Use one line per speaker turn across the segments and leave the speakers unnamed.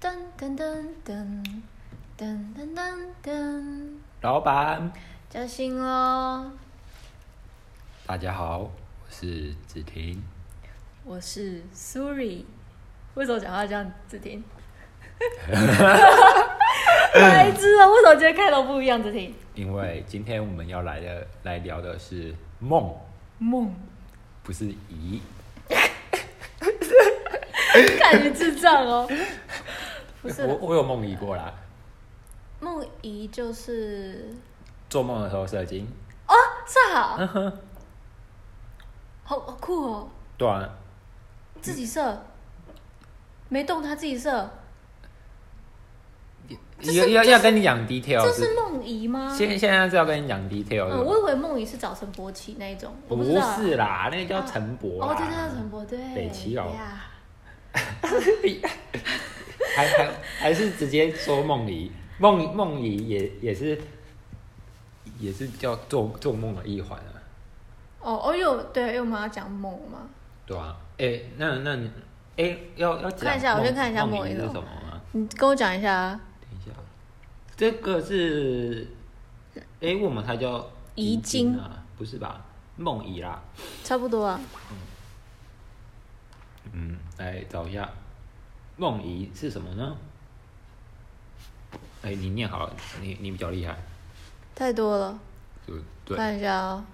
噔噔噔噔噔噔噔噔，
老板，
叫醒喽！
大家好，我是子婷。
我是 Suri，为什么讲话这样子听？白痴啊！为什么今天开头不一样子听？
因为今天我们要来的来聊的是梦，
梦，
不是疑。
看你智障哦！不是
我我有梦遗过啦，
梦遗就是
做梦的时候射精。
哦，是好，好好酷哦！
对啊，
自己射，没动他自己射，这是
要要要跟你讲 detail，
这
是
是梦遗吗？
现现在是要跟你讲 detail
嗯，
的
我以为梦遗是早晨勃起那一种，我
不
知道啊。
是啦，那个叫陈博
哦，
啦。
对，对对，陈博对。
北齐哦
呀
还还还是直接说梦遗，梦梦遗也也是也是叫做做梦的一环啊。
哦哦，又对，因为我们要讲梦嘛。
对啊，哎、那那你，哎、要要讲
看一下我先
梦
看一下
梦
梦
遗
遗
是
了
什么吗？
你跟我讲一下啊，
等一下，这个是，哎、我们它叫
遗
精啊，不是吧？梦遗啦，
差不多啊。
嗯，来找一下，梦遗是什么呢？哎、你念好了，你你比较厉害，
太多了，
对对，
看一下啊、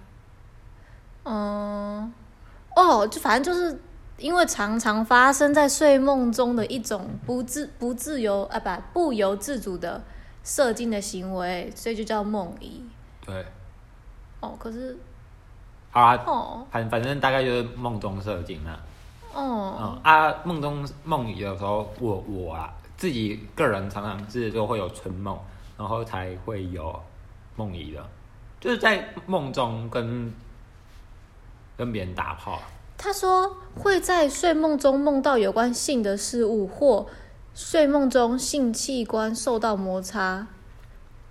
嗯，哦，就反正就是因为常常发生在睡梦中的一种不自不自由啊，不不由自主的射精的行为，所以就叫梦遗。
对，
哦，可是
好啦，
哦
反反正大概就是梦中啊射精啦。
哦，
嗯啊，梦中梦里的时候，我我啊自己个人常常是都会有春梦，然后才会有梦遗的，就是在梦中跟跟别人打炮，
他说会在睡梦中梦到有关性的事物，或睡梦中性器官受到摩擦，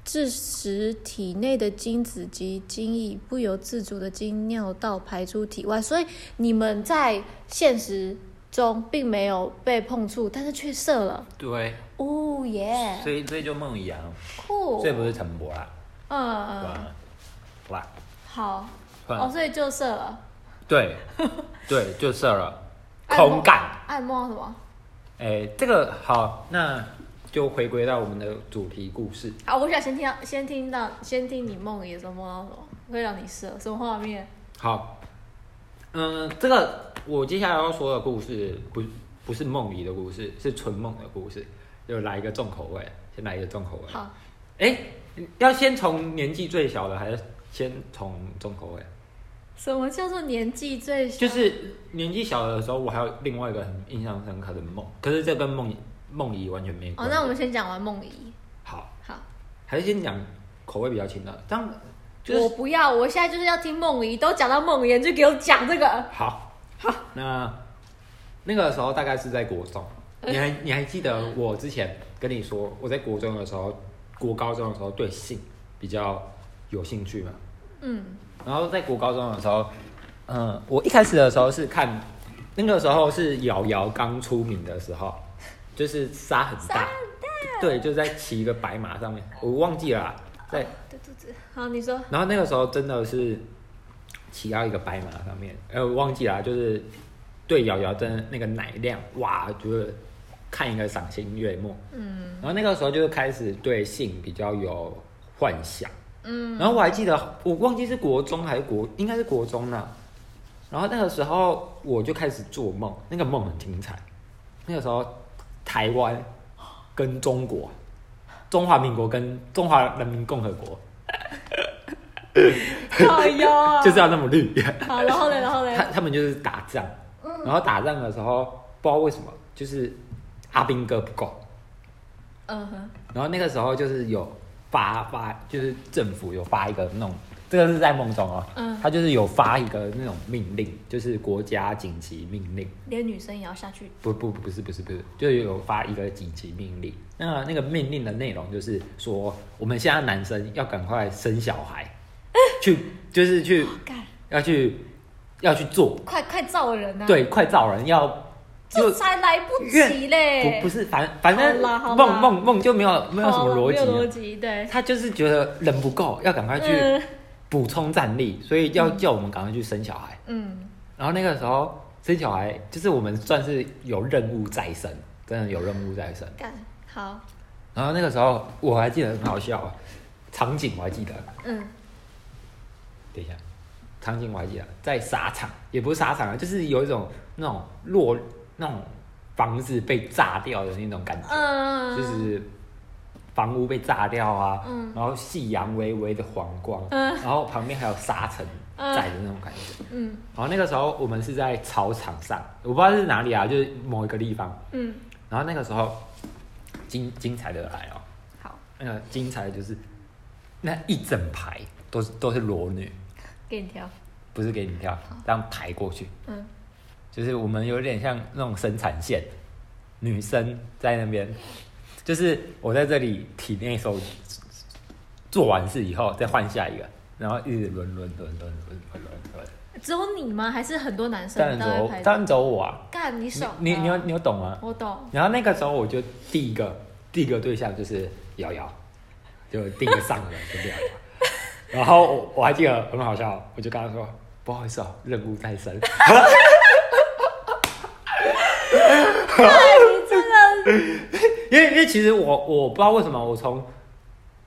致使体内的精子及精液不由自主的经尿道排出体外。所以你们在现实中并没有被碰触，但是却射了。
对，
哦耶，
所以所以就梦遗啊，
酷
所以！不是陈勃啦，对
哦嗯，
吧？好吧，
好，
突然
哦，所以就射了。
对对，就射了，
按摩
空感，
按摩什么？
哎，这个好，那就回归到我们的主题故事。
好，啊我想先听到，先听到，先听你梦里的时候梦到什么，会让你射什么画面？
好，嗯，这个我接下来要说的故事不不是梦里的故事，是纯梦的故事，就来一个重口味，先来一个重口味。
好，
哎、要先从年纪最小的，还是先从重口味？
什么叫做年纪最小？
就是年纪小的时候，我还有另外一个很印象深刻的梦，可是这跟梦梦遗完全没
哦
关。，
那我们先讲完梦遗。
好，
好，
还是先讲口味比较轻的，这样就是
我不要，我现在就是要听梦遗，都讲到梦遗，你就给我讲这个。
好，好，那那个时候大概是在国中，你还你还记得我之前跟你说，我在国中的时候，国高中的时候对性比较有兴趣嘛？
嗯，
然后在国高中的时候，嗯，我一开始的时候是看，那个时候是瑶瑶刚出名的时候，就是沙很大，对，就在骑一个白马上面，我忘记了啦，在
对对对，好，你 说。
然后那个时候真的是骑到一个白马上面，呃，我忘记了啊，就是对瑶瑶真的那个奶量，哇，就是看一个赏心悦目。
嗯
然后那个时候就开始对性比较有幻想。
嗯，
然后我还记得，我忘记是国中还是国，应该是国中啦。然后那个时候我就开始做梦，那个梦很精彩。那个时候台湾跟中国，中华民国跟中华人民共和国
好哟。
就是要那么绿。
哎好，然后嘞，然后嘞
他，他们就是打仗，然后打仗的时候不知道为什么，就是阿兵哥不够，
嗯哼，
然后那个时候就是有发发，就是政府有发一个那种，这个是在梦中哦，
嗯
他就是有发一个那种命令，就是国家紧急命令，
连女生也要下去。
不不不是不是不是，就是有发一个紧急命令，那那个命令的内容就是说，我们现在男生要赶快生小孩，去就是去
干，
要去要去做，
快快造人啊！，
对，快造人要
这才来不及嘞
不！不是，反反
好
正
啦好啦
梦梦梦就没有没有什么
好
逻
没有逻
辑啊，
辑，对，
他就是觉得人不够，要赶快去
嗯
补充战力，所以要叫我们赶快去生小孩。
嗯，
然后那个时候生小孩，就是我们算是有任务在身，真的有任务在身。
干好，
然后那个时候我还记得很好笑啊，场景我还记得，
嗯
等一下，场景我还记得，在沙场也不是沙场啊，就是有一种那种落那种房子被炸掉的那种感觉，
嗯，
就是房屋被炸掉啊，
嗯
然后夕阳微微的黄光，
嗯
然后旁边还有沙尘在的那种感觉。
嗯
然后那个时候我们是在草场上，我不知道是哪里啊，就是某一个地方。
嗯，
然后那个时候精精彩的来哦，
好，
那个精彩的就是那一整排都是都是裸女，
给你挑，
不是给你跳，这样排过去，
嗯
就是我们有点像那种生产线，女生在那边，就是我在这里体内收，做完事以后再换下一个，然后一直轮轮轮轮轮轮轮轮，
只有你吗？还是很多男生
当然
都在
走
排队
当然走我啊，
干你手，啊
你你你有你有懂吗？
我懂，
然后那个时候我就第一个第一个对象就是瑶瑶，就第一个上的人就是瑶瑶。 然后我我还记得很好笑，我就跟他说：“不好意思哦，任务在身。
哎你真的，”
因为因为其实我我不知道为什么我从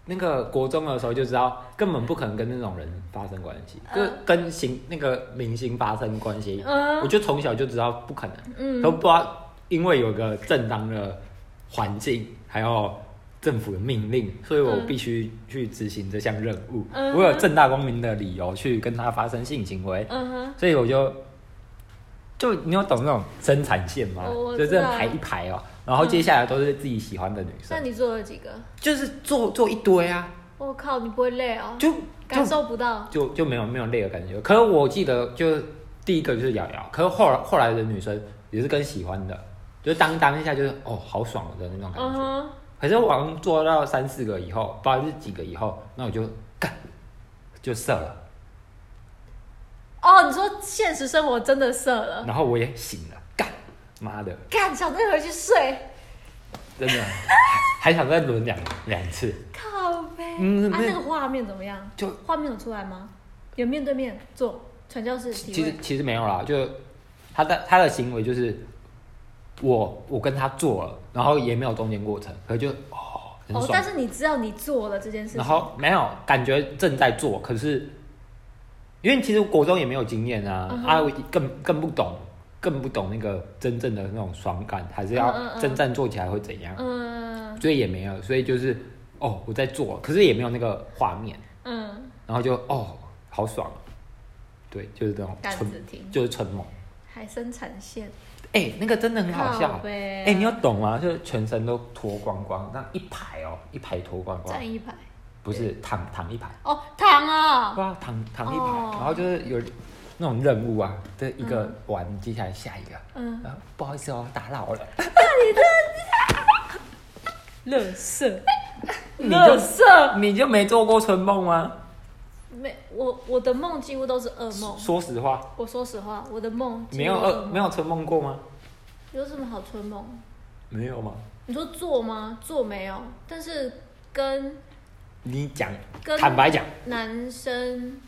那个国中的时候就知道，根本不可能跟那种人发生关系，就
嗯
是跟行那个明星发生关系。
嗯
我就从小就知道不可能。都
嗯
不知道，因为有个正当的环境，还有政府的命令，所以我
嗯
必须去执行这项任务。
嗯
我有正大光明的理由去跟他发生性行为，
嗯哼，
所以我就就你有懂那种生产线吗？
哦我
就
知
这样
道
排一排哦、然后接下来都是自己喜欢的女生
那，你做了几个？
就是做做一堆啊，
我靠，你不会累哦？
就
感
就
受不到，
就就没有没有累的感觉。可是我记得就第一个就是瑶瑶，可是后来后来的女生也是跟喜欢的，就是当当一下就是哦好爽的那种
嗯
感觉。
哼，
可是我好像做到三四个以后，不知道是几个以后，那我就干就射了，
哦，你说现实生活真的色了，
然后我也醒了，干妈的
干想再回去睡，
真的还想再轮两两次，
靠呗，
嗯
啊，
那
那个画面怎么样？
就
画面有出来吗？有面对面坐传教士体
其实
位，
其实没有啦，就他的他的行为就是我我跟他做了，然后也没有中间过程，可是就哦很爽。
哦，但是你知道你做了这件事情，
然后没有感觉正在做，可是因为其实国中也没有经验啊，
嗯哼
啊我更更不懂，更不懂那个真正的那种爽感，还是
嗯嗯
要
嗯
真正做起来会怎样，
嗯
所以也没有，所以就是哦我在做，可是也没有那个画面，
嗯，
然后就哦好爽，对，就是这种
杆
纯
子停，
就是纯萌，
还生产线，
哎、那个真的很好笑
靠，啊呗
哎、你有懂吗？就是全身都脱光光，那一排哦一排脱光光，
站一排，
不是躺躺一排。
哦，躺啊，
对啊，躺躺一排，
哦
然后就是有那种任务啊，这一个完，接下来下一个，
嗯，
然后不好意思哦，打扰了，
乐色，哎
你
乐
就
色，
你就没做过春梦吗？
没，我我的梦几乎都是噩梦。
说实话，
我说实话，我的梦几乎
没有
都是噩
呃
梦
没有春梦过吗？
有什么好春梦？
没有吗？
你说做吗？做没有，但是跟
你讲，
跟
坦白讲，
男生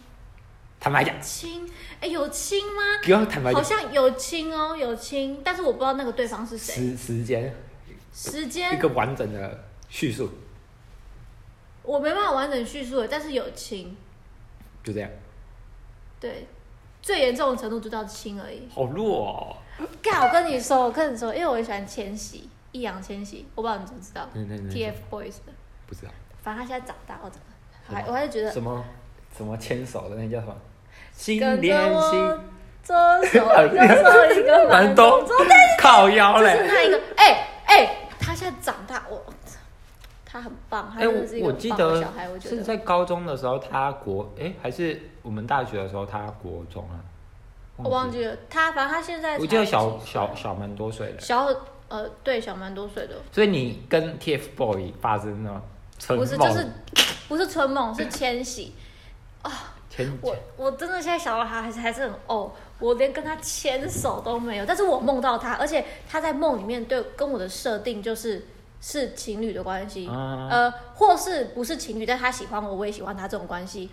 坦白讲，
亲，哎、有亲吗？
给我坦白
好
讲，
像有亲哦，有亲，但是我不知道那个对方是谁。
时时间
时
一
间
个完整的叙述，
我没办法完整叙述了，但是有亲，
就这样，
对，最严重的程度就到亲而已。
好弱哦。
干，我跟你说，我跟你说，因为我很喜欢千玺，易烊千玺，我不知道你知不知道
嗯嗯嗯
，TFBOYS 的，
不知道
反正他现在长大，我怎么，
什么
还我还是觉得
什么什么牵手的那叫什么？心
跟着
连
我
心，
左手右手一 个
蛮
蛮
多
多，
靠腰
就是
嘞。
那一个，哎哎，他现在长大，我他很棒，他
哎、
真的是一个
我我
很
记
棒的
得
小孩，我觉
是
得。
在高中的时候，他国哎、还是我们大学的时候，他国中啊，
我忘。记了他，反正他现在
我记得
才
小
几岁
小小蛮多岁的，
小呃，对，小蛮多岁的，
所以你跟 TFBOY 发生了春
不
梦，
是就是不是春梦，是千玺。
前
我我真的现在想到他还是还是很哦，我连跟他牵手都没有，但是我梦到他，而且他在梦里面对跟我的设定就是是情侣的关系，
啊
呃，或是不是情侣，但他喜欢我，我也喜欢他这种关系。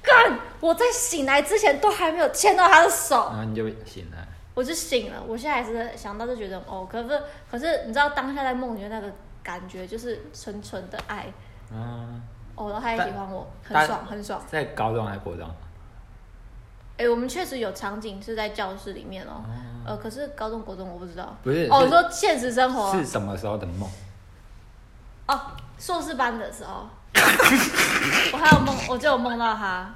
干！我在醒来之前都还没有牵到他的手
然，后你就醒了，
我就醒了。我现在还是想到就觉得哦，可是可是你知道当下在梦里面那个感觉就是纯纯的爱
啊，
哦，然后他也
但
喜欢我，很
但
爽很爽。
在高中还是国中？啊
哎、我们确实有场景是在教室里面哦，呃，可是高中国中我不知道。
不是
哦，
是
你说现实生活啊
是什么时候的梦？
哦，硕士班的时候，我还有梦，我就有梦到他，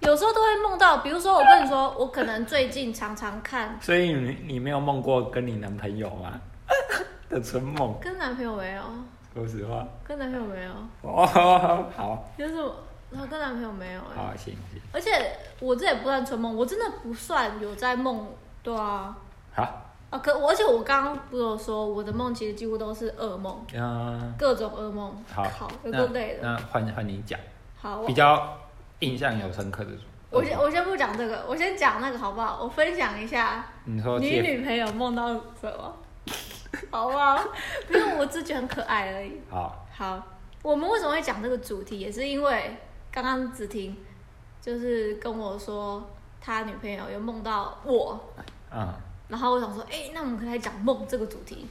有时候都会梦到，比如说我跟你说，我可能最近常常看，
所以你你没有梦过跟你男朋友吗？ 的春梦，
跟男朋友没有，
说实话。
跟男朋友没有，
哦，好，
就是我，然后跟男朋友没有、欸，
好，行行，
而且我这也不算春梦，我真的不算有在梦，对啊，
好，
啊，可我而且我刚刚不是有说我的梦其实几乎都是噩梦，
嗯，
各种噩梦，
好，
靠有
那
够累的，
那换换你讲，
好，我
比较印象有深刻的。
我先我先不讲这个，我先讲那个好不好？我分享一下。
你说
你
借
女朋友梦到什么？ 好啊不好？因为我只觉得很可爱而已。
好，
好，我们为什么会讲这个主题，也是因为刚刚子婷就是跟我说他女朋友有梦到我，
嗯，
然后我想说，哎、那我们可以来讲梦这个主题。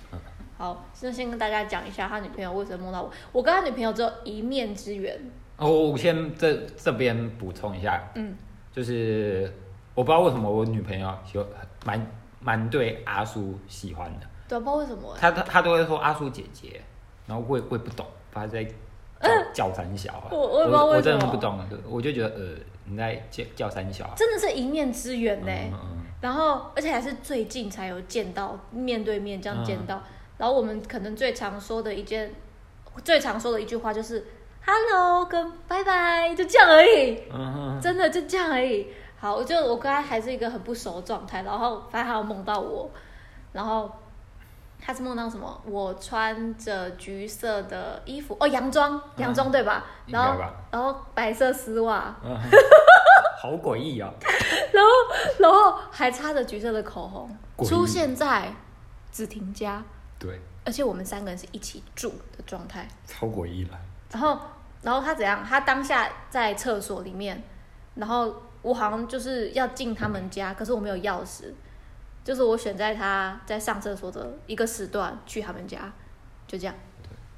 好，那先跟大家讲一下他女朋友为什么梦到我。我跟他女朋友只有一面之缘，
哦，我先这这边补充一下，
嗯，
就是我不知道为什么我女朋友喜欢蛮蛮对阿苏喜欢的，
对啊，不知道为什么、欸，
她她她都会说阿苏姐姐，然后我也我也不懂，她在叫叫三小啊，
我嗯我
我
也不知道为
我
什
真
么
的不懂，我就觉得呃你在叫叫三小啊，
真的是一面之缘呢、
嗯嗯
然后而且还是最近才有见到面对面这样见到。
嗯
然后我们可能最常说的一件，最常说的一句话就是 “hello” 跟“拜拜”，就这样而已，
嗯嗯
真的就这样而已。好，我就我跟他还是一个很不熟的状态，然后反正他有梦到我，然后他是梦到什么？我穿着橘色的衣服，哦，洋装，洋装、对吧？
嗯应该
然后
吧
然后白色丝袜，
嗯， 嗯好诡异啊，
然后然后还擦着橘色的口
诡
红，
异
出现在子婷家，
对，
而且我们三个人是一起住的状态。
超诡异了，
然后然后他怎样？他当下在厕所里面，然后我好像就是要进他们家，可是我没有钥匙，就是我选在他在上厕所的一个时段去他们家，就这样。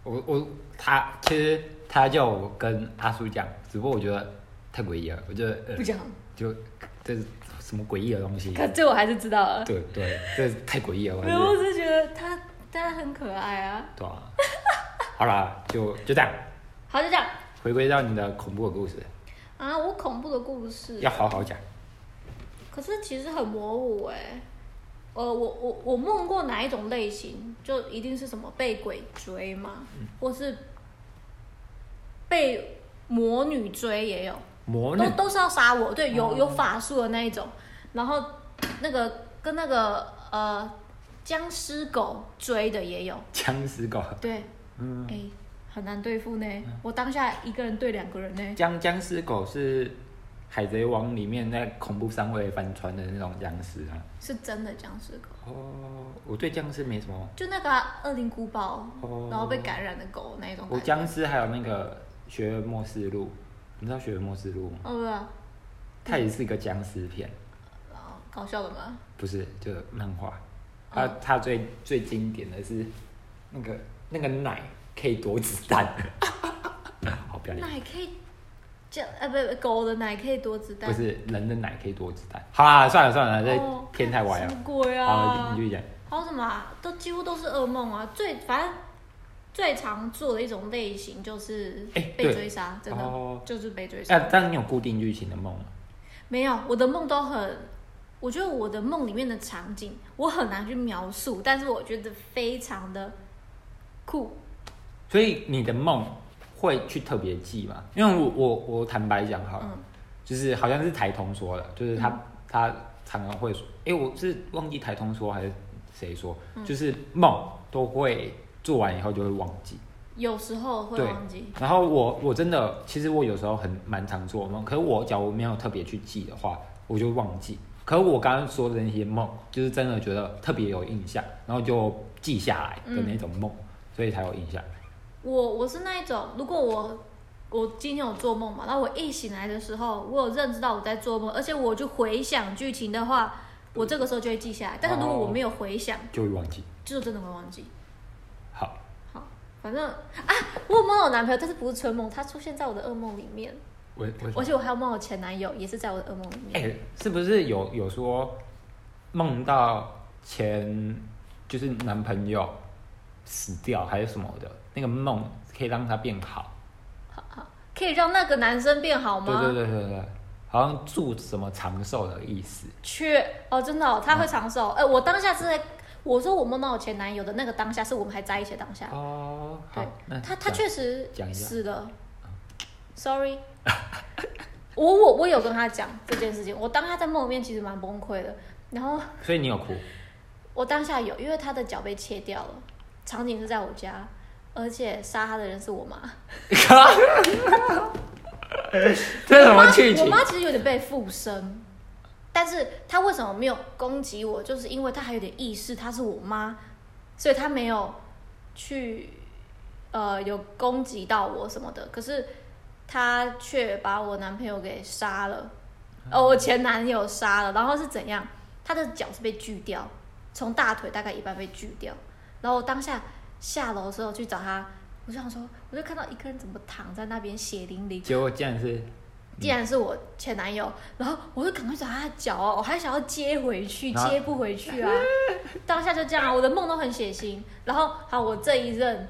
我我他其实他叫我跟阿苏讲，只不过我觉得太诡异了，我觉得呃
不讲，
就这是什么诡异的东西？
可这我还是知道了。
对对，这太诡异了，我
没有，我
还是
只是觉得他他很可爱啊。
对啊。好啦，就就这样，
好，就这样
回归到你的恐怖的故事，
啊。我恐怖的故事
要好好讲。
可是其实很模糊哎、呃，我我我梦过哪一种类型，就一定是什么被鬼追嘛，
嗯
或是被魔女追也有，
魔女哦
都都是要杀我，对，有有法术的那一种，然后那个跟那个呃僵尸狗追的也有，
僵尸狗，
对，
嗯
哎、，很难对付呢，我当下一个人对两个人呢，
僵僵尸狗是《海贼王》里面那恐怖三位帆船的那种僵尸啊。
是真的僵尸狗，
哦，我对僵尸没什么，
就那个啊恶灵古堡，
哦
然后被感染的狗那一种
我
感觉。
僵尸还有那个学莫斯路，你知道学莫斯路吗？
哦，不是啊，
它也是一个僵尸片。
哦搞笑的吗？
不是，就漫画。
嗯
它它最最经典的是那个那个奶可以躲子 弹，好不要脸。
奶可以叫呃，不不，狗的奶可以多子弹。
不是人的奶可以躲子弹。好啦，算了算了，
哦，
这偏太歪
什
了。
么鬼
好，
啊
啊哦你！继续讲。
还有什么啊？都几乎都是噩梦啊。最反正最常做的一种类型就是
哎
被
对
追杀，真
哦
的就是被追杀。
啊，但你有固定剧情的梦吗？
没有，我的梦都很，我觉得我的梦里面的场景我很难去描述，但是我觉得非常的酷。
所以你的梦会去特别记吗？因为我我我坦白讲好了，
嗯
就是好像是台通说的，就是他、
嗯
他常常会说，哎、我是忘记台通说还是谁说，
嗯
就是梦都会做完以后就会忘记。
有时候会
对
忘记，
然后我我真的，其实我有时候很蛮常做梦，可是我假如没有特别去记的话，我就忘记。可我刚刚说的那些梦，就是真的觉得特别有印象，然后就记下来的那种梦，
嗯
所以才有印象。
我我是那一种，如果我我今天有做梦嘛，然后我一醒来的时候，我有认知到我在做梦，而且我就回想剧情的话，我这个时候就会记下来。但是如
哦
果我没有回想，
就会忘记。
就真的会忘记。
好，
好，反正啊，我有梦到我男朋友，但是不是春梦，他出现在我的噩梦里面，
我
而
我
且我还有梦到我前男友，也是在我的噩梦里
哎、
面。
是不是有有说梦到前就是男朋友死掉还是什么的？那个梦可以让他变好。
好好，可以让那个男生变好
对
吗？
对对对对，好像祝什么长寿的意思。
缺哦，真的、哦，他会长寿。哎、我当下是在我说我梦到我前男友的那个当下，是我们还在一起的当下。
哦，好
对，
那
他他
讲
确实
讲一下啊
死了。Sorry，我我我有跟他讲这件事情，我当他在梦里面其实蛮崩溃的，然后
所以你有 哭，
我当下有，因为他的脚被切掉了，场景是在我家，而且杀他的人是我妈。
这什
我妈
么剧
我
情？
妈其实有点被附身，但是她为什么没有攻击我？就是因为她还有点意识，她是我妈，所以她没有去呃有攻击到我什么的。可是她却把我男朋友给杀了，
嗯
哦，我前男友杀了，然后是怎样？她的脚是被锯掉，从大腿大概一半被锯掉。然后我当下下楼的时候去找她，我就想说，我就看到一个人怎么躺在那边血淋淋。
结果竟然是
既然是我前男友，然后我就赶快找他的脚哦，我还想要接回去，
然后
接不回去啊！当下就这样啊，我的梦都很血腥。然后好，我这一任，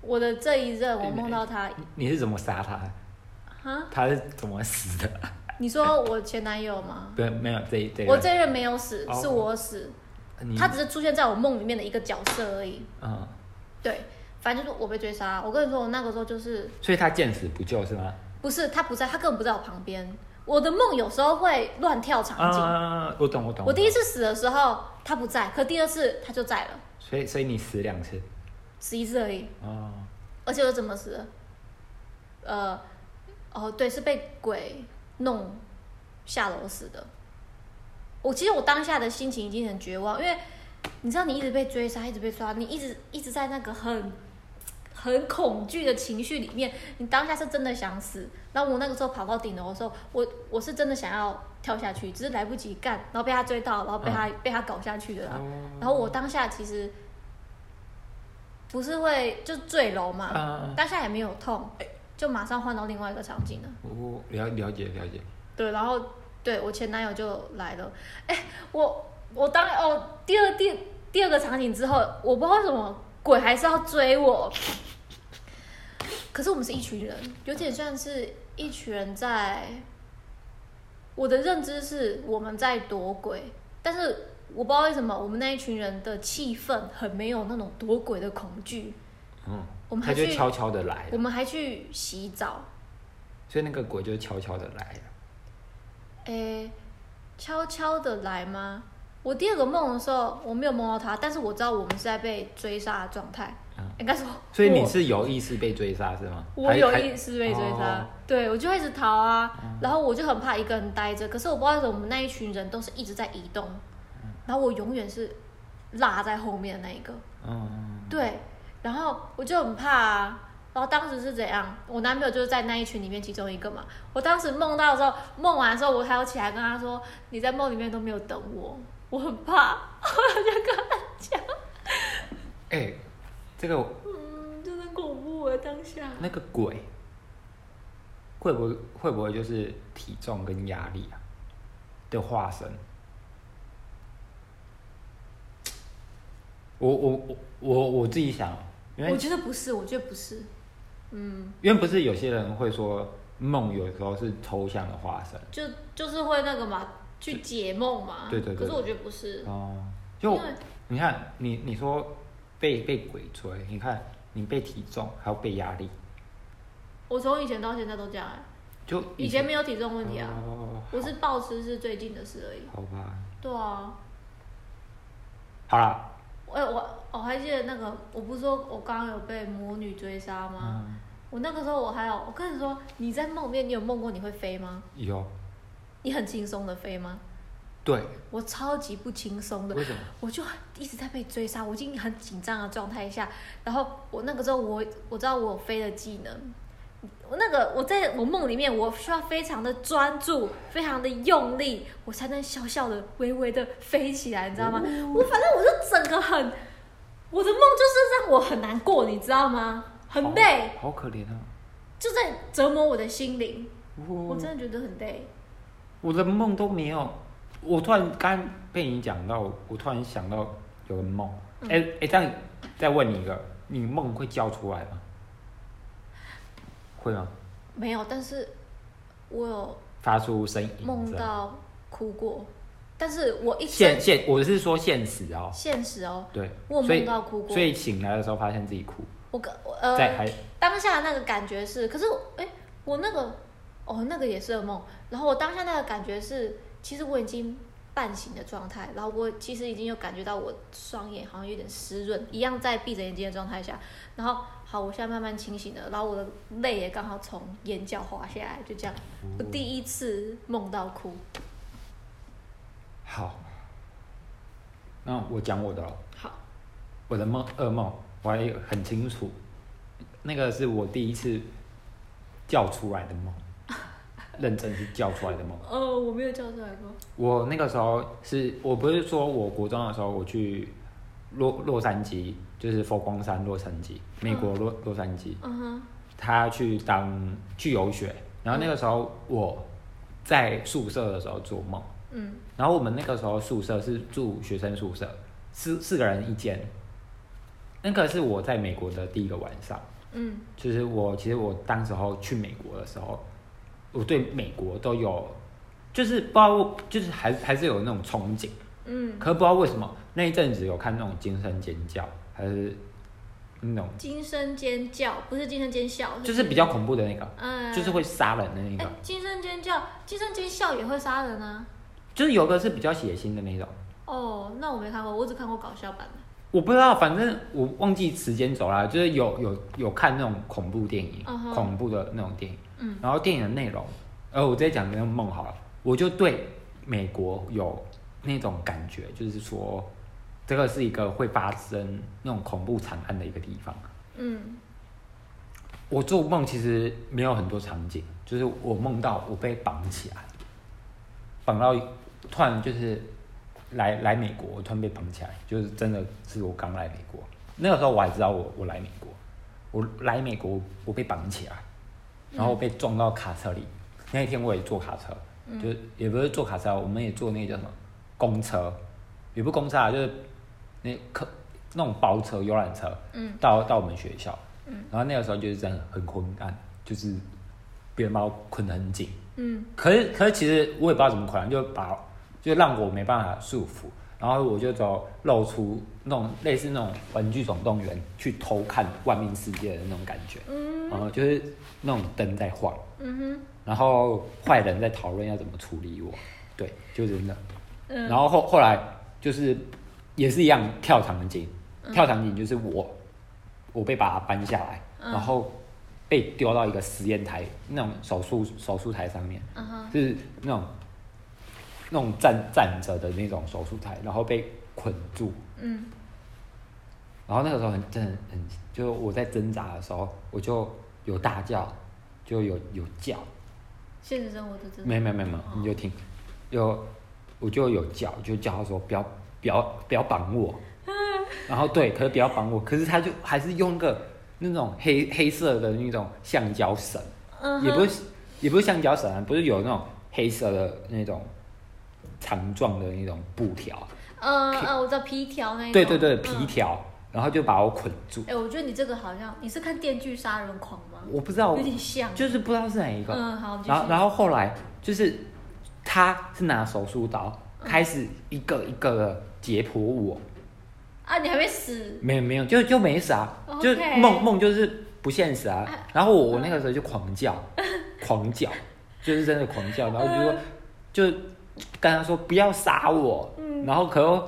我的这一任，我梦到他
你是怎么杀他？
啊，
他是怎么死的？
你说我前男友吗？
对，没有这一这一
我
段
这一任没有死，
哦
是我死，
你
他只是出现在我梦里面的一个角色而已。
嗯，
对，反正就是我被追杀。啊我跟你说，我那个时候就是
所以他见死不救是吗？
不是他不在，他根本不在我旁边。我的梦有时候会乱跳场景。
啊，我懂我懂。
我第一
懂，
次死的时候他不在，可第二次他就在了，
所以所以你死两次
死一次而已。
哦，
而且我怎么死的？呃，哦，对，是被鬼弄下楼死的。我其实我当下的心情已经很绝望，因为你知道你一直被追杀，一直被抓，你一直一直在那个很很恐惧的情绪里面，你当下是真的想死。然后我那个时候跑到顶楼的时候，我我是真的想要跳下去，只是来不及干，然后被他追到，然后被他、被他搞下去的啦。然后我当下其实不是会就坠楼嘛，
啊，
当下也没有痛，就马上换到另外一个场景了。
我哦了了解了解，
对，然后对我前男友就来了，哎、我我当哦第二第第二个场景之后，我不知道为什么鬼还是要追我，可是我们是一群人，有点像是一群人在。我的认知是我们在躲鬼，但是我不知道为什么我们那一群人的气氛很没有那种躲鬼的恐惧，
嗯，
我们
他
还
就
去
悄悄的来
我
了，
们还去洗澡，
所以那个鬼就悄悄的来了。
诶，悄悄的来吗？我第二个梦的时候，我没有梦到他，但是我知道我们是在被追杀的状态。
嗯
应该说，
所以你是有意识被追杀是吗？
我我
还
有
还
意识被追杀，
哦
对我就会一直逃啊，然后我就很怕一个人待着。可是我不知道为什么我们那一群人都是一直在移动，然后我永远是落在后面的那一个。
嗯嗯，
对，然后我就很怕啊。然后当时是怎样？我男朋友就是在那一群里面其中一个嘛。我当时梦到的时候，梦完的时候，我还要起来跟他说：“你在梦里面都没有等我，我很怕。
哎、这个”
嗯，真的恐怖哎，当下。
那个鬼会不会会不会就是体重跟压力啊的化身？我我我我我自己想，因为
我觉得不嗯是，我觉得不是。嗯，
因为不是有些人会说梦有时候是抽象的化身
就就是会那个嘛，去解梦嘛。
对对对
可是我觉得不是，
哦，
因
就
为
你看你你说被被鬼追，你看你被体重还有被压力，
我从以前到现在都这样哎、
就
以前没有体重问题啊，
哦，
我是暴吃是最近的事而已。
好吧，
对啊。
好啦，
哎、我我还记得那个，我不是说我刚刚有被魔女追杀吗？
嗯，
我那个时候我还有，我跟你说，你在梦里面，你有梦过你会飞吗？
有。
你很轻松的飞吗？
对，
我超级不轻松的
为。什么？
我就一直在被追杀，我已经很紧张的状态下，然后我那个时候我我知道我有飞的技能，我那个我在我梦里面我需要非常的专注，非常的用力，我才能小小的微微的飞起来，你知道吗？
哦
我反正我就整个很，我的梦就是让我很难过，你知道吗？很累，
好，好可怜啊！
就在折磨我的心灵，我
我
真的觉得很累。
我的梦都没有。我突然刚被你讲到，我突然想到有个梦。哎
嗯
哎、这样再问你一个，你梦会叫出来吗？会吗？
没有，但是我有
发出声音之类的？
梦到哭过，但是我一睁
现现，我是说现实哦。
现实哦，
对，
我有
所以
梦到哭过
所以醒来的时候发现自己哭，
我跟我呃
在还
当下那个感觉是，可是我哎、我那个哦那个也是个梦，然后我当下那个感觉是，其实我已经半醒的状态，然后我其实已经有感觉到我双眼好像有点湿润，一样在闭着眼睛的状态下，然后好，我现在慢慢清醒了，然后我的泪也刚好从眼角滑下来，就这样，我第一次梦到哭，
好。那我讲我的哦了。
好，
我的梦噩梦，我还很清楚，那个是我第一次叫出来的梦，认真是叫出来的梦。
呃，我没有叫出来过，
我那个时候是我不是说我国中的时候我去洛洛杉矶，就是佛光山洛杉矶，美国洛洛杉矶，
嗯哼，
他去当去游学，然后那个时候我在宿舍的时候做梦，
嗯
然后我们那个时候宿舍是住学生宿舍，四四个人一间。那个是我在美国的第一个晚上，
嗯
就是我其实我当时候去美国的时候，我对美国都有，就是不知道我就是还还是有那种憧憬，
嗯，
可不知道为什么那一阵子有看那种惊声尖叫，还是那种
惊声尖叫不是惊声尖笑，
就是比较恐怖的那个，
嗯，
就是会杀人的那
哎
个，，
惊声尖叫，惊声尖笑也会杀人啊！
就是有个是比较血腥的那种。
哦，那我没看过，我只看过搞笑版的。
我不知道，反正我忘记时间轴啦，就是有有有看那种恐怖电影
嗯哼
恐怖的那种电影，
嗯
然后电影的内容，呃，我直接讲那个梦好了，我就对美国有那种感觉，就是说这个是一个会发生那种恐怖惨案的一个地方。
嗯
我做梦其实没有很多场景，就是我梦到我被绑起来，绑到突然就是来来美国，我突然被绑起来，就是真的是我刚来美国，那个时候我还知道我我来美国，我来美国我被绑起来，然后我被撞到卡车里，那一天我也坐卡车，就是也不是坐卡车，我们也坐那个叫什么公车，也不是公车啊，就是那客那种包车、游览车，
嗯
到到我们学校，然后那个时候就是真的很昏暗，就是别人把我捆得很紧，
嗯
可是可是其实我也不知道怎么捆，啊就把就让我没办法束缚，然后我就走露出那种类似那种玩具总动员去偷看外面世界的那种感觉，
嗯
然后就是那种灯在晃，
嗯
然后坏人在讨论要怎么处理我，对，就真的。
哼，嗯
然后后后来就是也是一样跳场景，
嗯
跳场景就是我我被把它搬下来，
嗯
然后被丢到一个实验台那种手术手术台上面，
嗯哼，
就是那种那种站站着的那种手术台，然后被捆住，
嗯
然后那个时候很真的很就是我在挣扎的时候，我就有大叫，就有有叫，
现实生活就真的
没没没没，你就听，有我就有叫，就叫他说不要不要不要绑我，然后对，可是不要绑我，可是他就还是用个那种黑黑色的那种橡胶绳，
嗯哼
也不是也不是橡胶绳啊，不是有那种黑色的那种长状的那种布条，
嗯嗯，我知道皮条那一种
对对对，皮
嗯
条，然后就把我捆住，
哎，我觉得你这个好像你是看《电锯杀人狂》吗？
我不知道
有，点像。
就是不知道是哪一个，
嗯，好，
然后，然
后
后后来就是他是拿手术刀开始一个一个的解剖我，
啊，你还没死，
没有没有，就就没死啊
OK
就是梦梦就是不现实啊
啊。
然后我我那个时候就狂 叫，狂叫，就是真的狂叫，然后就说就跟他说不要杀我，然后可是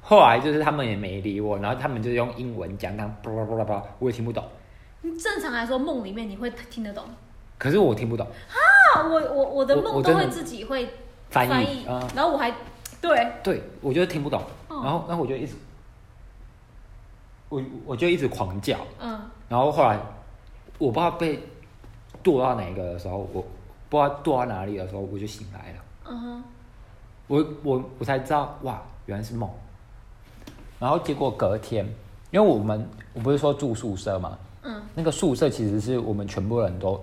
后来就是他们也没理我，然后他们就用英文讲，讲巴拉巴拉巴拉，我也听不懂，
正常来说梦里面你会听得懂
可是我听不懂
啊，我我我的
我
梦
我
都
真
会
的
自己会
翻
翻
译啊。
然后我还
对，
对我就听不懂，
嗯
然后然后我就一直，我我就一直狂叫，
嗯，
然后后来我不知道被剁到哪个的时候，我不知道剁到哪里的时候，我就醒来了。
嗯哼，
我我我才知道，哇，原来是梦。然后结果隔天，因为我们我不是说住宿舍嘛，
嗯，
那个宿舍其实是我们全部人都，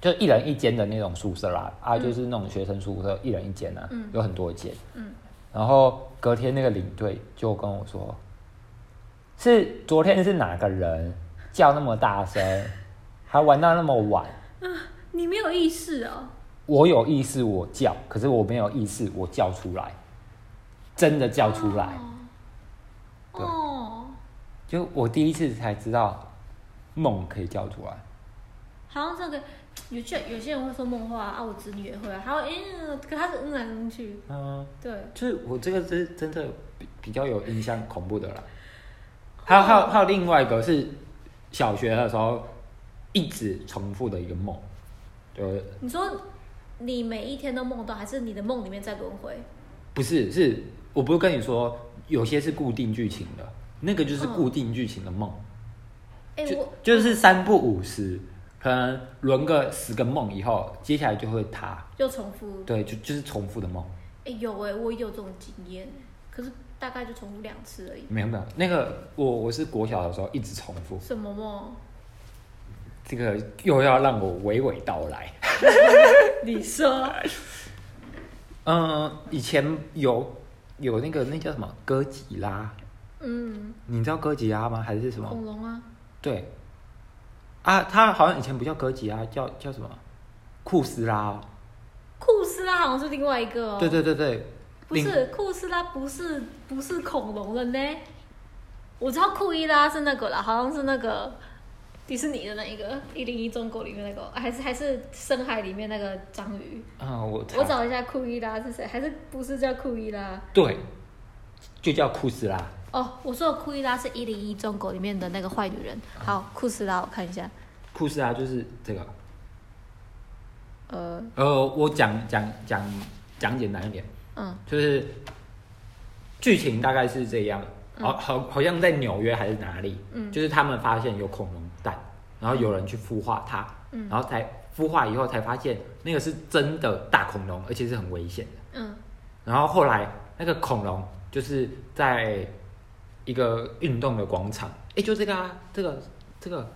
就一人一间的那种宿舍啦，啊，就是那种学生宿舍，一人一间啊，
嗯
有很多间，
嗯。
然后隔天那个领队就跟我说，是昨天是哪个人叫那么大声，还玩到那么晚？
你没有意识哦，
我有意识我叫，可是我没有意识我叫出来，真的叫出来。
哦，
对
哦，
就我第一次才知道梦可以叫出来。
好像这个有些有些人会说梦话啊，我侄女也会啊，她会嗯，可她是嗯来嗯去，
嗯，
对，
就是我这个是真的比比较有印象恐怖的啦。还有还有还有另外一个是小学的时候一直重复的一个梦，就是
你说你每一天都梦到，还是你的梦里面在轮回？
不是是我不是跟你说有些是固定剧情的，那个就是
嗯
固定剧情的梦。
哎、
就
我
就是三不五十，可能轮个十个梦以后，接下来就会塌。
又重复，
对，就就是重复的梦，
哎、有哎、我也有这种经验，可是大概就重复两次而已。
没有没有，那个我我是国小的时候一直重复，
什么 梦？
这个又要让我娓娓道来。
你说，
嗯，以前有有那个那叫什么哥吉拉，
嗯，
你知道哥吉拉吗？还是什么？
恐龙啊，
对，啊，他好像以前不叫哥吉拉，叫叫什么库斯拉、哦。
库斯拉好像是另外一个哦。
对对对对，
不
另
是库斯拉不是不是恐龙了呢，我知道库伊拉是那个啦，好像是那个迪士尼的那一个《一零一中国》里面那个，还是还是深海里面那个章鱼。
嗯，我
我
猜
找一下库伊拉是谁，还是不是叫库伊拉？
对，就叫库斯拉。
哦，我说的库伊拉是《一零一中国》里面的那个坏女人。
啊
好，库斯拉，我看一下，
库斯拉就是这个。
呃，
呃，我讲讲讲讲简单一点，
嗯，
就是剧情大概是这样，好好好像在纽约还是哪里，
嗯
就是他们发现有恐龙蛋，然后有人去孵化它，
嗯
然后才孵化以后才发现那个是真的大恐龙，而且是很危险的。
嗯，
然后后来那个恐龙就是在一个运动的广场，哎，就这个啊，这个这个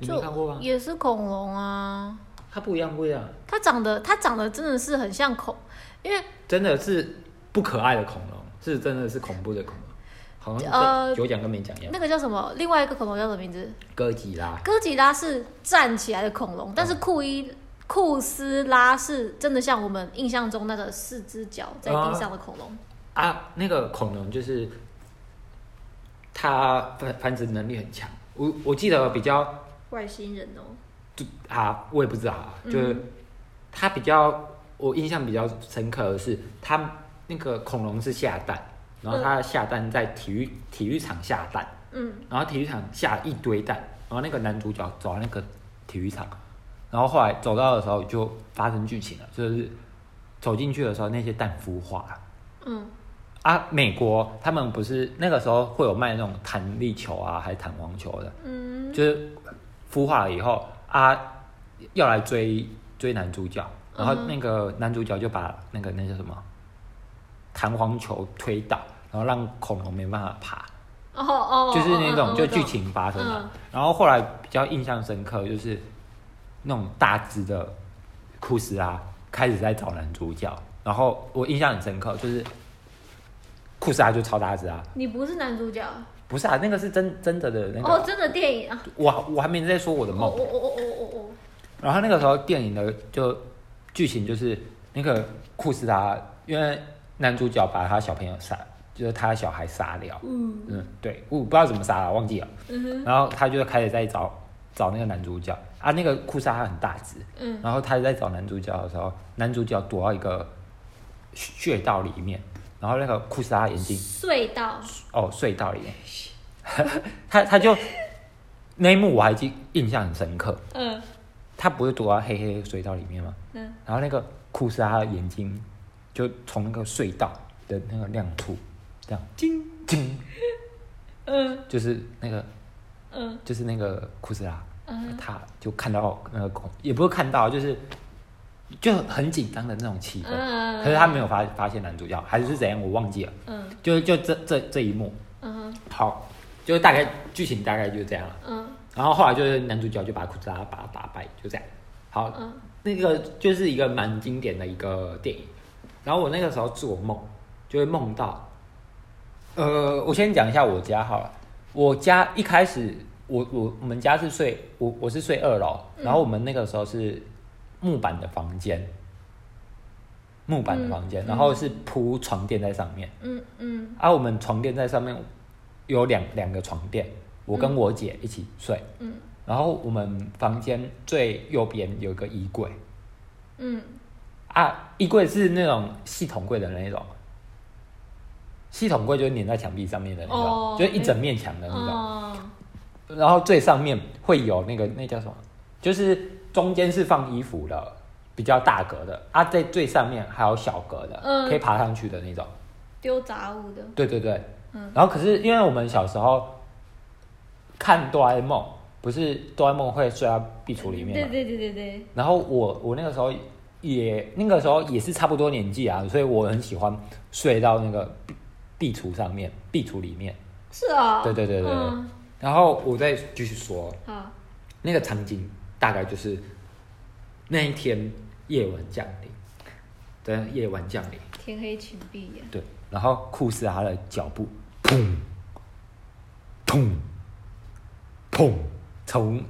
你没
就
看过吗？
也是恐龙啊，
它不一样，不一样，
它长得它长得真的是很像恐，因为
真的是不可爱的恐龙，是真的是恐怖的恐龙，好像
呃
跟有讲跟没讲一样。
那个叫什么，另外一个恐龙叫什么名字？
哥吉拉，
哥吉拉是站起来的恐龙，
嗯
但是库伊库斯拉是真的像我们印象中那个四只脚在地上的恐龙。
啊，那个恐龙就是它繁繁殖能力很强。我我记得比较
外星人哦，
就啊，我也不知道啊，就是它比较我印象比较深刻的是，它那个恐龙是下蛋，然后它下蛋在体育体育场下蛋，
嗯，
然后体育场下一堆蛋，然后那个男主角走到那个体育场，然后后来走到的时候就发生剧情了，就是走进去的时候那些蛋孵化了。
嗯，
啊，美国他们不是那个时候会有卖那种弹力球啊，还是弹簧球的，
嗯，
就是孵化了以后啊，要来追追男主角，然后那个男主角就把那个那叫什么弹簧球推倒，然后让恐龙没办法爬，
哦哦，
就是那
哦
种就
哦哦
剧。
我懂
情发生的。
嗯
然后后来比较印象深刻就是那种大只的库斯拉开始在找男主角，然后我印象很深刻就是库斯拉就超大只啊，
你不是男主角
不是啊，那个是真真的的那个，哦
哦，真哦的电影啊！
我我还没在说我的
我
梦。
我
哦
我我我我
然后那个时候电影的就剧情就是那个库斯拉，因为男主角把他小朋友杀，就是他小孩杀掉，
嗯
嗯，对，我不知道怎么杀了，忘记了。
嗯哼
然后他就开始在找找那个男主角啊，那个库萨他很大只，
嗯
然后他在找男主角的时候，男主角躲到一个穴道里面，然后那个库萨眼睛
隧道
哦隧道里 面，他他就那一幕我还记印象很深刻，
嗯
他不是躲到黑黑的隧道里面吗？
嗯
然后那个库斯拉的眼睛就从那个隧道的那个亮兔，这样金金，
嗯
就是那个
嗯
就是那个库斯拉，
嗯
他就看到那个恐，也不是看到，就是就很紧张的那种气氛。
嗯
可是他没有发发现男主角，还是怎样，我忘记了。
嗯
就就这这这一幕，
嗯
好，就是大概剧情大概就是这样了。
嗯
然后后来就是男主角就把库兹拉把他打败，就这样。好，
嗯
那个就是一个蛮经典的一个电影。然后我那个时候做梦，就会梦到，呃，我先讲一下我家好了。我家一开始，我我我们家是睡我我是睡二楼，然后我们那个时候是木板的房间，木板的房间，
嗯
然后是铺床垫在上面。
嗯嗯
啊，我们床垫在上面有两两个床垫，我跟我姐一起睡。
嗯
然后我们房间最右边有一个衣柜
嗯，
啊，衣柜是那种系统柜的那种，系统柜就是粘在墙壁上面的那种，
哦
就是一整面墙的那种。
哦，
然后最上面会有那个那叫什么，就是中间是放衣服的，比较大格的啊，在最上面还有小格的，
嗯
可以爬上去的那种。
丢杂物的，
对对对，
嗯
然后可是因为我们小时候看哆啦 A 梦，不是哆啦 A 梦会睡到壁橱里面
对
嘛？
对对对对，
然后我我那个时候也那个时候也是差不多年纪啊，所以我很喜欢睡到那个壁壁橱上面、壁橱里面。
是啊，
对对对对对。
嗯，
然后我再继续说，
好，
那个场景大概就是那一天夜晚降临，对，夜晚降临。
天黑请闭眼，
对，然后库斯拉的脚步，砰，砰，砰，从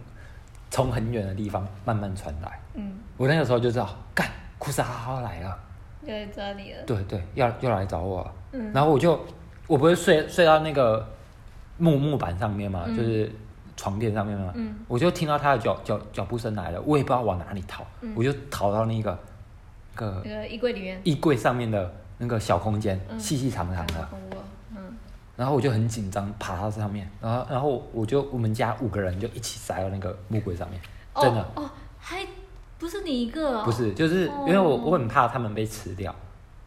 从很远的地方慢慢传来。
嗯，
我那个时候就知道，干，库斯拉来了，
要来抓你了，
对对，要要来找我了。
嗯
然后我就，我不是睡睡到那个木木板上面嘛，
嗯
就是床垫上面嘛，
嗯
我就听到他的脚脚脚步声来了，我也不知道往哪里逃，
嗯
我就逃到那个那个
那个衣柜里面，
衣柜上面的那个小空间，
嗯
细细长长的。
好恐怖哦，嗯
然后我就很紧张，爬到上面，然后然后我就我们家五个人就一起塞到那个木柜上面，
哦
真的、
哦，还不是你一个、哦，
不，是，就是
哦
因为我我很怕他们被吃掉，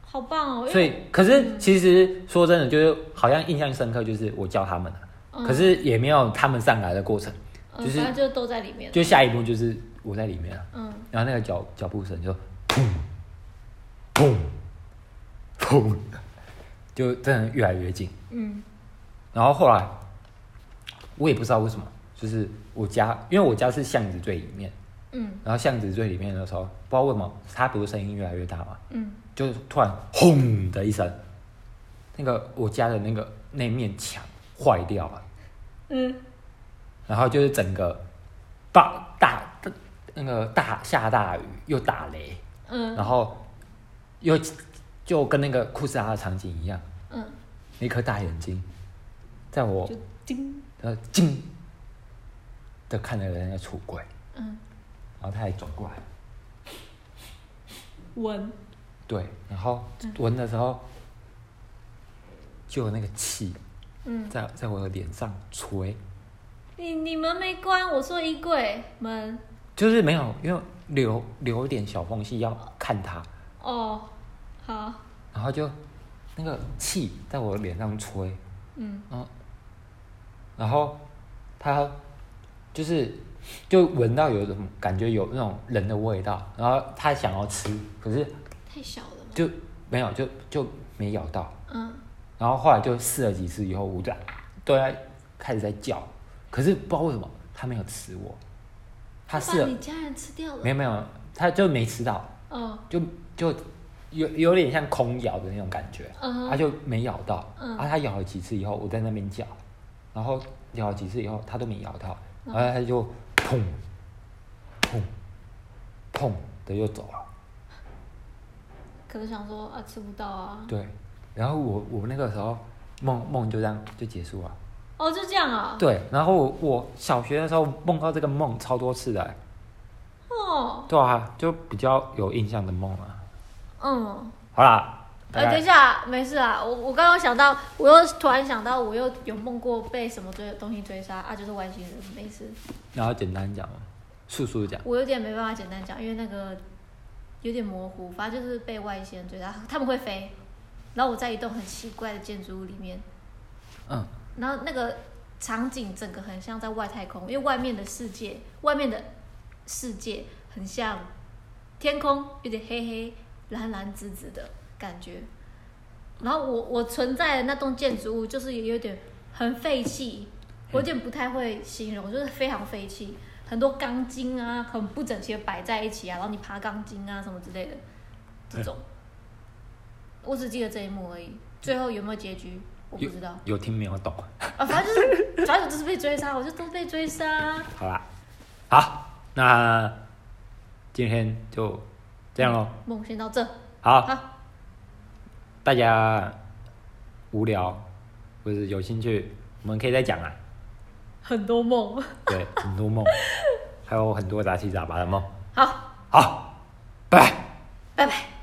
好棒哦，因
所
为
以可是其实说真的，就是好像印象深刻，就是我教他们的，
嗯
可是也没有他们上来的过程，
嗯
就是
反正就都在里面，
就下一步就是我在里面了，
嗯
然后那个脚脚步声就砰砰砰，就真的越来越近，
嗯
然后后来我也不知道为什么，就是我家，因为我家是巷子最里面，
嗯
然后巷子最里面的时候，不知道为什么，它不是声音越来越大嘛，
嗯
就突然轰的一声，那个我家的那个那面墙坏掉了，
嗯，
然后就是整个大大大那个大下大雨又打雷，
嗯
然后又就跟那个库斯拉的场景一样，
嗯，
那颗大眼睛在我
就叮，
他惊的看着人家橱柜，
嗯，
然后他还转过来，
闻，
对，然后闻的时候就有那个气
嗯，
在在我的脸上吹，
你你门没关，我说衣柜门，
就是没有，因为留留一点小缝隙要看它，
哦，好，
然后就那个气在我的脸上吹，
嗯
然后他就是就闻到有一种感觉有那种人的味道，然后他想要吃，可是
太小了嘛，
就没有就就没咬到。
嗯
然后后来就试了几次以后，我就都在开始在叫，可是不知道为什么他没有吃我，他试
把
了
你家人吃掉
没
了，
有没有，他就没吃到，
哦，
就就有有点像空咬的那种感觉，
嗯
他就没咬到，
嗯
啊他咬了几次以后，我在那边叫，然后咬了几次以后他都没咬到，然
嗯
后他就砰砰砰的又走了，
可能想说啊吃不到啊，
对，然后我我那个时候梦梦就这样就结束了。
哦就这样啊，
对，然后我我小学的时候梦到这个梦超多次的欸、
哦，
对啊，就比较有印象的梦啊。
嗯。
好啦，大
呃，等
概
一下，没事啊，我我刚刚想到，我又突然想到，我又有梦过被什么追东西追杀啊，就是外星人，没事，
然后简单讲嘛，速速讲，
我有点没办法简单讲，因为那个有点模糊，反正就是被外星人追杀，他们会飞，然后我在一栋很奇怪的建筑物里面，
嗯，
然后那个场景整个很像在外太空，因为外面的世界，外面的世界很像天空，有点黑黑、蓝蓝紫紫的感觉。然后我我存在的那栋建筑物就是也有点很废弃，我有点不太会形容，就是非常废弃，很多钢筋啊，很不整齐的摆在一起啊，然后你爬钢筋啊什么之类的这种。我只记得这一幕而已，最后有没有结局我不
有
知道。
有听没有懂？
啊，反正就是，反正我就是被追杀，我就都被追杀。
好啦，好，那今天就这样喽。
梦先到这，
好，
好，
大家无聊或者有兴趣，我们可以再讲啊。
很多梦，
对，很多梦，还有很多杂七杂八的梦。
好，
好，拜拜。
拜拜。